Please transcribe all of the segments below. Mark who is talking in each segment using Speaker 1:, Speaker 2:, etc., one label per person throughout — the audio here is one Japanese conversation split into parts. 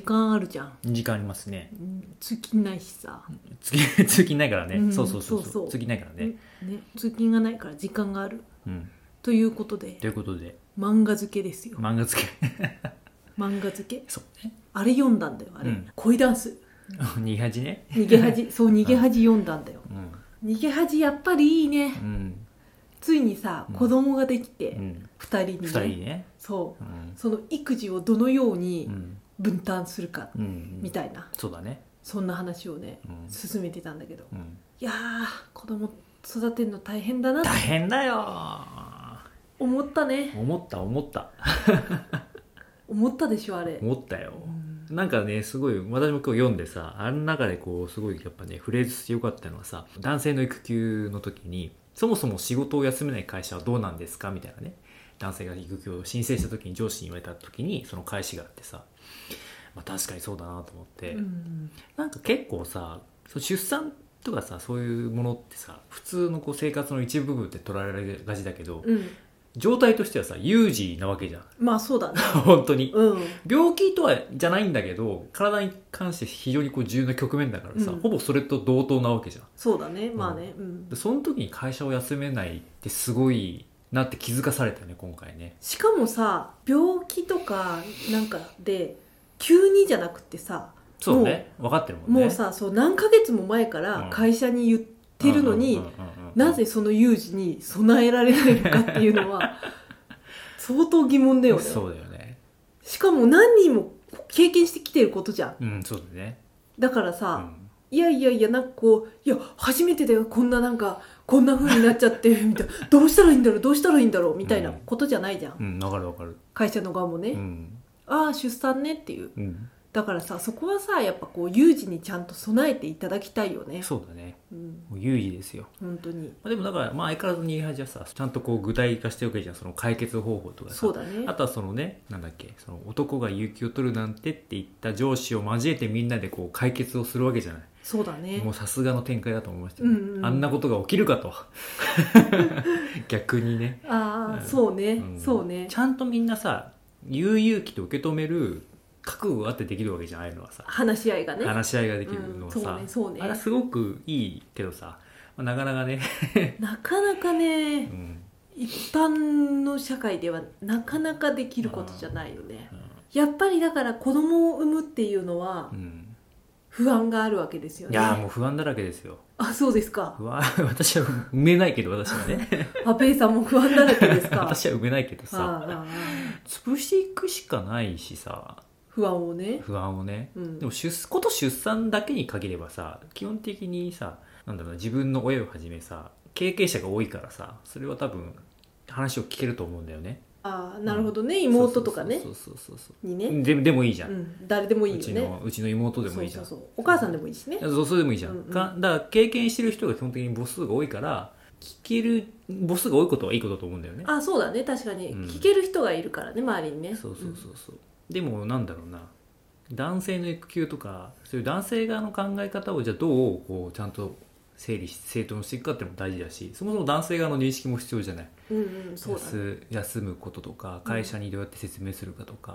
Speaker 1: 間あるじゃん、
Speaker 2: 時間ありますね
Speaker 1: うん、通勤ないしさ、
Speaker 2: 通勤 通勤ないからね、
Speaker 1: うん
Speaker 2: そうそうそうそ
Speaker 1: そ
Speaker 2: う
Speaker 1: うそう
Speaker 2: 通勤ないからね、
Speaker 1: ね通勤がないから時間がある
Speaker 2: うん、
Speaker 1: ということで
Speaker 2: ということで
Speaker 1: 漫画漬けですよ
Speaker 2: 漫画付け
Speaker 1: 漫画漬け
Speaker 2: そうね
Speaker 1: あれ読んだんだよあれ、
Speaker 2: うん
Speaker 1: 恋ダンス
Speaker 2: 逃げ恥ね
Speaker 1: 逃げ 恥そう逃げ恥読んだんだよ
Speaker 2: うん
Speaker 1: 逃げ恥やっぱりいいね
Speaker 2: うん
Speaker 1: ついにさ
Speaker 2: うん
Speaker 1: 子供ができて、
Speaker 2: うん
Speaker 1: 2人に、
Speaker 2: 二
Speaker 1: ね
Speaker 2: 人ね
Speaker 1: そううんその育児をどのように
Speaker 2: うん
Speaker 1: 分担するか
Speaker 2: うん
Speaker 1: みたいな、
Speaker 2: そうだね
Speaker 1: そんな話をね
Speaker 2: うん
Speaker 1: 進めてたんだけど
Speaker 2: うん
Speaker 1: いやー子供育てるの大変だなと
Speaker 2: 大変だよ
Speaker 1: 思ったね
Speaker 2: 思った思った
Speaker 1: 思ったでしょあれ
Speaker 2: 思ったよ
Speaker 1: うん
Speaker 2: なんかねすごい私も今日読んでさあの中でこうすごいやっぱねフレーズしてよかったのはさ男性の育休の時にそもそも仕事を休めない会社はどうなんですかみたいなね男性が育休を申請した時に上司に言われた時にその返しがあってさ、まあ、確かにそうだなと思って、
Speaker 1: うん
Speaker 2: なんか結構さその出産とかさそういうものってさ普通のこう生活の一部分って捉えられがちだけど
Speaker 1: うん
Speaker 2: 状態としてはさ有事なわけじゃん
Speaker 1: まあそうだね
Speaker 2: 本当に
Speaker 1: うん
Speaker 2: 病気とはじゃないんだけど体に関して非常にこう重要な局面だからさ、
Speaker 1: うん
Speaker 2: ほぼそれと同等なわけじゃん
Speaker 1: そうだねまあねうん
Speaker 2: でその時に会社を休めないってすごいなって気づかされたね今回ね
Speaker 1: しかもさ病気とかなんかで急にじゃなくてさ
Speaker 2: そうね分かってるもんね
Speaker 1: もうさそう何ヶ月も前か
Speaker 2: う
Speaker 1: ら
Speaker 2: ん
Speaker 1: 会社に言ってるのに、
Speaker 2: うんうんうんうん
Speaker 1: なぜその有事に備えられないのかっていうのは相当疑問だよね
Speaker 2: そうだよね
Speaker 1: しかも何人も経験してきてることじゃん
Speaker 2: うんそうだね
Speaker 1: だから
Speaker 2: う
Speaker 1: さ、
Speaker 2: ん
Speaker 1: いやいやいやなんかこういや初めてだよこんななんかこんな風になっちゃって みたいなどうしたらいいんだろうどうしたらいいんだろうみたいなことじゃないじゃん、
Speaker 2: うん分かる分かる
Speaker 1: 会社の側もね、
Speaker 2: うん
Speaker 1: ああ出産ねっていう
Speaker 2: うん
Speaker 1: だからさそこはさやっぱこう有事にちゃんと備えていただきたいよね
Speaker 2: そうだね
Speaker 1: うん
Speaker 2: もう有意義ですよ
Speaker 1: 本当に
Speaker 2: まあでもだからまあ相変わらず逃げ恥はさちゃんとこう具体化しておけじゃんその解決方法とかさ
Speaker 1: そうだね
Speaker 2: あとはそのねなんだっけその男が有給を取るなんてって言った上司を交えてみんなでこう解決をするわけじゃない、
Speaker 1: そうだね
Speaker 2: もうさすがの展開だと思いましたよね、
Speaker 1: うんうん
Speaker 2: あんなことが起きるか と逆にね、
Speaker 1: ああ、
Speaker 2: うん
Speaker 1: そうね、
Speaker 2: うん
Speaker 1: そうね
Speaker 2: ちゃんとみんなさ悠々気と受け止める覚悟があってできるわけじゃないのはさ
Speaker 1: 話し合いがね
Speaker 2: 話し合いができる
Speaker 1: うん
Speaker 2: のは
Speaker 1: そう
Speaker 2: さ
Speaker 1: ね、そうね
Speaker 2: あれはすごくいいけどさ、まあなかなか ね、
Speaker 1: なかなか
Speaker 2: う
Speaker 1: ね
Speaker 2: ん
Speaker 1: 一般の社会ではなかなかできることじゃないよね
Speaker 2: うん
Speaker 1: やっぱりだから子供を産むっていうのは
Speaker 2: うん
Speaker 1: 不安があるわけですよ
Speaker 2: い
Speaker 1: ね
Speaker 2: やーもう不安だらけですよ
Speaker 1: あそうですか
Speaker 2: 不安 私は埋めないけど私はね
Speaker 1: あペイさんも不安だらけです か
Speaker 2: 私は埋めないけど
Speaker 1: ああ
Speaker 2: さ
Speaker 1: ああ
Speaker 2: 潰していくしかないしさ
Speaker 1: 不安をね
Speaker 2: 不安をね
Speaker 1: うん
Speaker 2: でも出こと出産だけに限ればさ基本的にさなんだろうな自分の親をはじめさ経験者が多いからさそれは多分話を聞けると思うんだよね
Speaker 1: ああなるほどね、妹とかね
Speaker 2: そうそうそうそう
Speaker 1: に
Speaker 2: そう
Speaker 1: ね、
Speaker 2: ででもいいじゃん、
Speaker 1: う、
Speaker 2: うん
Speaker 1: 誰でもいいよね
Speaker 2: ちのうちの妹でもいいじゃん
Speaker 1: そうそうそうお母さんでもいいしね
Speaker 2: そうそれでもいいじゃん、
Speaker 1: うんうん
Speaker 2: かだから経験してる人が基本的に母数が多いから聞ける母数が多いことはいいことだと思うんだよね
Speaker 1: あそうだね確かに、
Speaker 2: うん
Speaker 1: 聞ける人がいるからね周りにね
Speaker 2: そうそうそうそう、でもなんだろうな男性の育休とかそういう男性側の考え方をじゃあどうこうちゃんと整理し整頓していくかってのも大事だしそもそも男性側の認識も必要じゃない、
Speaker 1: うん、うんうんそうだね
Speaker 2: 休休むこととか会社にどうやって説明するかとか、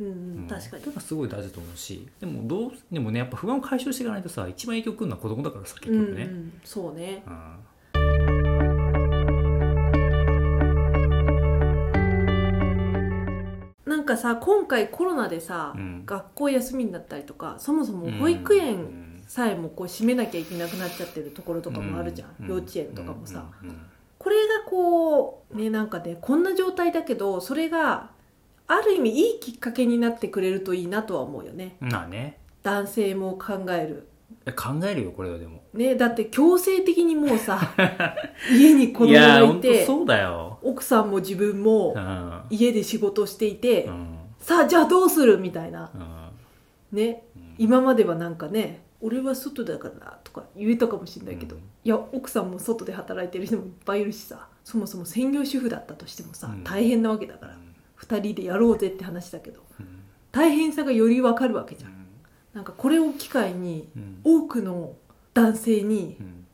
Speaker 1: うんう
Speaker 2: うん
Speaker 1: ん確かに
Speaker 2: だらすごい大事だと思うしでもどうでもねやっぱ不安を解消していかないとさ一番影響くるのは子供だからさ結局ね、
Speaker 1: うんうん、そうね
Speaker 2: うん
Speaker 1: なんかさ今回コロナでさ、
Speaker 2: うん
Speaker 1: 学校休みになったりとかそもそも保育園さえもこう閉めなきゃいけなくなっちゃってるところとかもあるじゃん、
Speaker 2: う
Speaker 1: 幼稚園とかもさ、、
Speaker 2: うんうんうん
Speaker 1: これがこうねなんかねこんな状態だけどそれがある意味いいきっかけになってくれるといいなとは思うよね
Speaker 2: うんまあね
Speaker 1: 男性も考える
Speaker 2: え考えるよこれはでも
Speaker 1: ねだって強制的にもう さ家に子供
Speaker 2: や
Speaker 1: が
Speaker 2: ー
Speaker 1: い
Speaker 2: 本当
Speaker 1: て
Speaker 2: そうだよ
Speaker 1: 奥さんも自分も
Speaker 2: うん
Speaker 1: 家で仕事していて、
Speaker 2: うん
Speaker 1: さあじゃあどうするみたいな
Speaker 2: うん
Speaker 1: ね
Speaker 2: うん
Speaker 1: 今まではなんかね俺は外だからなとか言えたかもしれないけど、
Speaker 2: うん
Speaker 1: いや奥さんも外で働いてる人もいっぱいいるしさそもそも専業主婦だったとしてもさ、
Speaker 2: うん
Speaker 1: 大変なわけだから2人でやろうぜって話だけど
Speaker 2: うん
Speaker 1: 大変さがよりわかるわけじゃん
Speaker 2: う
Speaker 1: なんかこれを機会に
Speaker 2: ん
Speaker 1: 多くの男性に
Speaker 2: うん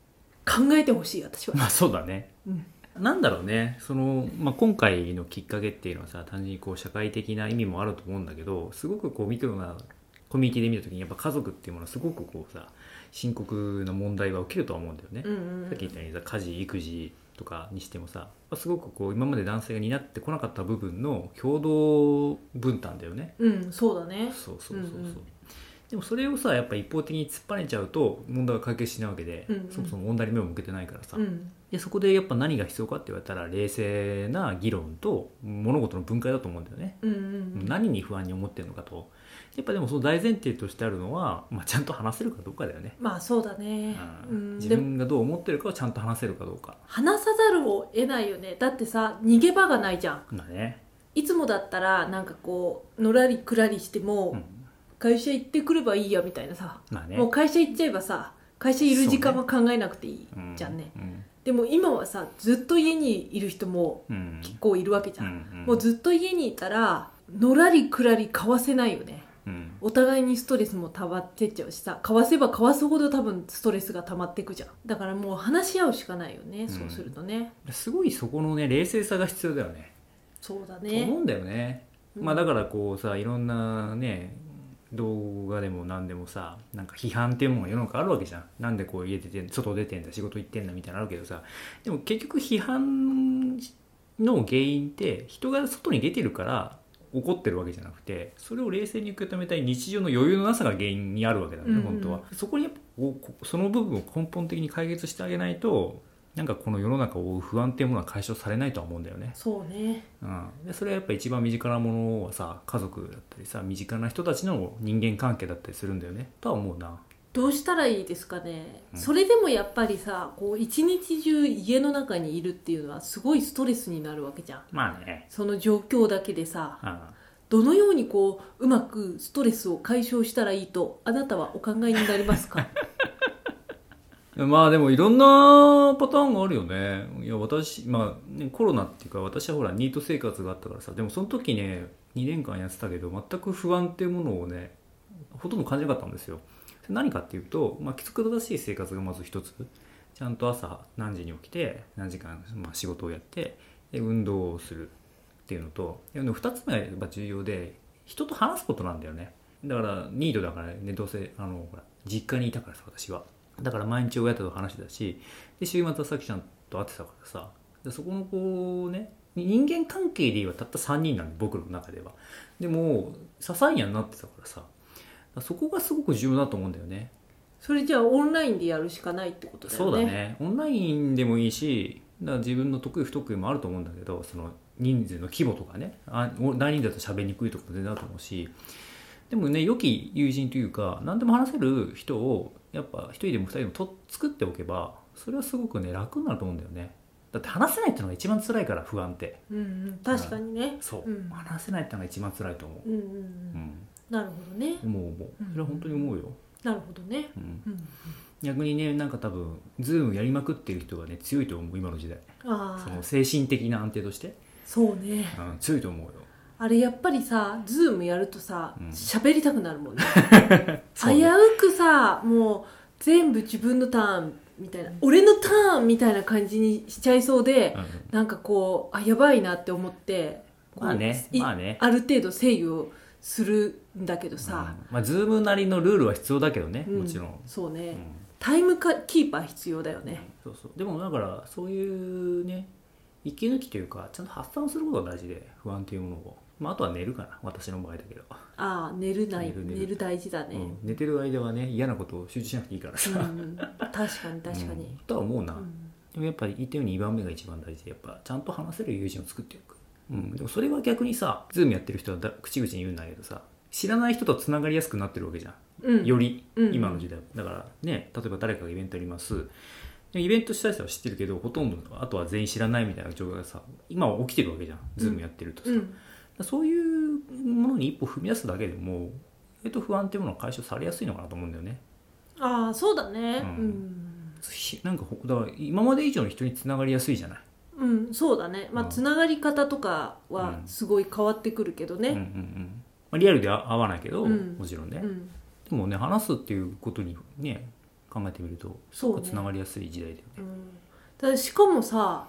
Speaker 1: 考えてほしい私は、
Speaker 2: まあそうだね
Speaker 1: うん
Speaker 2: なんだろうねその、まあ、今回のきっかけっていうのはさ単純にこう社会的な意味もあると思うんだけどすごくこうミクロなコミュニティで見た時にやっぱ家族っていうものはすごくこうさ深刻な問題が起きるとは思うんだよね、
Speaker 1: うんうんうん
Speaker 2: さっき言ったようにさ家事育児とかにしてもさすごくこう今まで男性が担ってこなかった部分の共同分担だよね
Speaker 1: うんそうだね
Speaker 2: そうそうそうそう、
Speaker 1: うんうん
Speaker 2: でもそれをさやっぱ一方的に突っぱねちゃうと問題は解決しないわけで、
Speaker 1: うんうん
Speaker 2: そもそも問題に目を向けてないからさ、
Speaker 1: うん
Speaker 2: でそこでやっぱ何が必要かって言われたら冷静な議論と物事の分解だと思うんだよね、
Speaker 1: うんうん
Speaker 2: 何に不安に思ってるのかとやっぱでもその大前提としてあるのは、まあ、ちゃんと話せるかどうかだよね、
Speaker 1: まあそうだね
Speaker 2: う
Speaker 1: うんん
Speaker 2: 自
Speaker 1: でも
Speaker 2: 分がどう思ってるかをちゃんと話せるかどうか
Speaker 1: 話さざるを得ないよねだってさ逃げ場がないじゃん
Speaker 2: だね、
Speaker 1: いつもだったらなんかこうのらりくらりしても、
Speaker 2: うん、
Speaker 1: 会社行ってくればいいやみたいなさ
Speaker 2: まあね
Speaker 1: もう会社行っちゃえばさ会社いる時間は考えなくていいじゃんね
Speaker 2: うん
Speaker 1: でも今はさずっと家にいる人も
Speaker 2: うん
Speaker 1: 結構いるわけじゃ、
Speaker 2: うんんうん
Speaker 1: もうずっと家にいたらのらりくらり買わせないよね
Speaker 2: うん
Speaker 1: お互いにストレスも溜まってっちゃうしさかわせばかわすほど多分ストレスが溜まってくじゃんだからもう話し合うしかないよね、
Speaker 2: ん
Speaker 1: そうするとね
Speaker 2: すごいそこのね冷静さが必要だよね
Speaker 1: そうだ
Speaker 2: と思
Speaker 1: ね
Speaker 2: うんだよね、
Speaker 1: うん
Speaker 2: まあだからこうさいろんなね動画でも何でもさなんか批判っていうものが世の中あるわけじゃんなんでこう家出てん外出てんだ仕事行ってんだみたいなのあるけどさでも結局批判の原因って人が外に出てるから怒ってるわけじゃなくてそれを冷静に受け止めたい日常の余裕のなさが原因にあるわけだよね、
Speaker 1: うんうん
Speaker 2: 本当はそこにやっぱこうこその部分を根本的に解決してあげないとなんかこの世の中を覆う不安っていうものは解消されないとは思うんだよね
Speaker 1: そうね
Speaker 2: うん、でそれはやっぱ一番身近なものはさ家族だったりさ身近な人たちの人間関係だったりするんだよねとは思うな
Speaker 1: どうしたらいいですかね、
Speaker 2: うん
Speaker 1: それでもやっぱりさこう一日中家の中にいるっていうのはすごいストレスになるわけじゃん
Speaker 2: まあね
Speaker 1: その状況だけでさ
Speaker 2: あ
Speaker 1: どのようにこううまくストレスを解消したらいいとあなたはお考えになります か
Speaker 2: まあでもいろんなパターンがあるよねいや私まあ、ね、コロナっていうか私はほらニート生活があったからさでもその時ね2年間やってたけど全く不安っていうものをねほとんど感じなかったんですよ何かっていうと、まあ、規則正しい生活がまず一つちゃんと朝何時に起きて何時間、まあ、仕事をやってで運動をするっていうのとで2つ目が重要で人と話すことなんだよねだからニートだからねどうせあのほら実家にいたからさ私はだから毎日親との話だしで週末はさきちゃんと会ってたからさでそこのこうね人間関係で言えばたった3人なんで僕の中ではでも支えにはなってたからさだからそこがすごく重要だと思うんだよね
Speaker 1: それじゃあオンラインでやるしかないってことだよ
Speaker 2: そ
Speaker 1: ね
Speaker 2: うだねオンラインでもいいしだから自分の得意不得意もあると思うんだけどその人数の規模とかねあ大人数だと喋りにくいとかも全然あると思うしでもね良き友人というか何でも話せる人をやっぱ一人でも二人でもと作っておけばそれはすごくね楽になると思うんだよねだって話せないってのが一番辛いから不安って
Speaker 1: うんうん、確かにね
Speaker 2: そう、
Speaker 1: うん
Speaker 2: 話せないってのが一番辛いと思
Speaker 1: うんうんう
Speaker 2: ううんん
Speaker 1: なるほどね
Speaker 2: 思う思うそれは本当に思うよ、
Speaker 1: なるほどね
Speaker 2: うん、
Speaker 1: うん
Speaker 2: 逆にねなんか多分ズームやりまくってる人がね強いと思う今の時代
Speaker 1: あ
Speaker 2: その
Speaker 1: あ
Speaker 2: 精神的な安定として、
Speaker 1: そうね
Speaker 2: うん、強いと思うよ
Speaker 1: あれやっぱりさズームやるとさ
Speaker 2: うん
Speaker 1: 喋、りたくなるもんね
Speaker 2: そ
Speaker 1: 危
Speaker 2: うね
Speaker 1: うくさもう全部自分のターンみたいな俺のターンみたいな感じにしちゃいそうで、
Speaker 2: うん
Speaker 1: なんかこうあやばいなって思ってこう
Speaker 2: まあね
Speaker 1: い
Speaker 2: まあね
Speaker 1: ある程度制御をするんだけどさ、
Speaker 2: うんまあズームなりのルールは必要だけどね、
Speaker 1: う
Speaker 2: もちろん、
Speaker 1: そうね、
Speaker 2: うん
Speaker 1: タイムかキーパー必要だよね
Speaker 2: そうそうでもだからそういうね息抜きというかちゃんと発散することが大事で不安というものを、まあ、あとは寝るかな私の場合だけど、
Speaker 1: ああ寝るない
Speaker 2: 寝
Speaker 1: 寝
Speaker 2: る
Speaker 1: る
Speaker 2: 寝る
Speaker 1: 大事だね、
Speaker 2: う
Speaker 1: うん
Speaker 2: ん、寝てる間はね嫌なことを集中しなくていいからさ、
Speaker 1: 確かに確か
Speaker 2: うん
Speaker 1: に、
Speaker 2: とは思うな、
Speaker 1: うん
Speaker 2: でもやっぱり言ったように2番目が一番大事でやっぱちゃんと話せる友人を作っておく、うん、でもそれは逆にさズームやってる人はだ口々に言うんだけどさ知らない人とつながりやすくなってるわけじゃん
Speaker 1: うん
Speaker 2: より
Speaker 1: うん
Speaker 2: 今の時代、だからね例えば誰かがイベントやりますでイベントした人は知ってるけどほとんどあとは全員知らないみたいな状況がさ今は起きてるわけじゃんズームやってるとさ、
Speaker 1: う
Speaker 2: だか
Speaker 1: ん
Speaker 2: らそういうものに一歩踏み出すだけでも意外と不安っていうものが解消されやすいのかなと思うんだよね
Speaker 1: ああそうだね
Speaker 2: う
Speaker 1: うんん、
Speaker 2: しなんかほだから今まで以上に人につながりやすいじゃない
Speaker 1: うんそうだねまあ
Speaker 2: うん
Speaker 1: つながり方とかは
Speaker 2: うん
Speaker 1: すごい変わってくるけど
Speaker 2: うんう
Speaker 1: ね、
Speaker 2: んうんまあ、リアルでは合わないけど、
Speaker 1: うん
Speaker 2: もちろん
Speaker 1: う
Speaker 2: ね、
Speaker 1: ん
Speaker 2: でもね話すっていうことにね考えてみるとす
Speaker 1: そう
Speaker 2: ご
Speaker 1: ね
Speaker 2: くつながりやすい時代だよね
Speaker 1: うんただしかもさ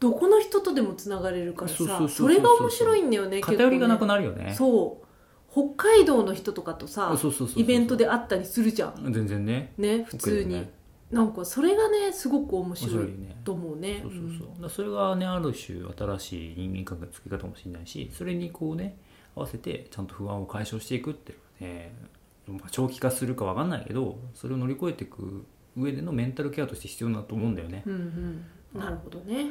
Speaker 1: どこの人とでもつながれるから
Speaker 2: そうそうそう
Speaker 1: さ
Speaker 2: そう
Speaker 1: それが面白いんだよね
Speaker 2: 偏りがなく
Speaker 1: な
Speaker 2: なるよね
Speaker 1: そう北海道の人とかとさ
Speaker 2: あそうそうそうそう
Speaker 1: イベントで会ったりするじゃん
Speaker 2: 全然ね
Speaker 1: ね普通に、
Speaker 2: ね
Speaker 1: なんかそれがねすごく面白
Speaker 2: 面
Speaker 1: い
Speaker 2: 白いね
Speaker 1: と思うね
Speaker 2: そうそうそう、だからそれがねある種新しい人間関係の作り方かもしれないしそれにこうね合わせてちゃんと不安を解消していくっていうのはね、まあ、長期化するかわかんないけどそれを乗り越えていく上でのメンタルケアとして必要だと思うんだよね
Speaker 1: うん、うんうんなるほどね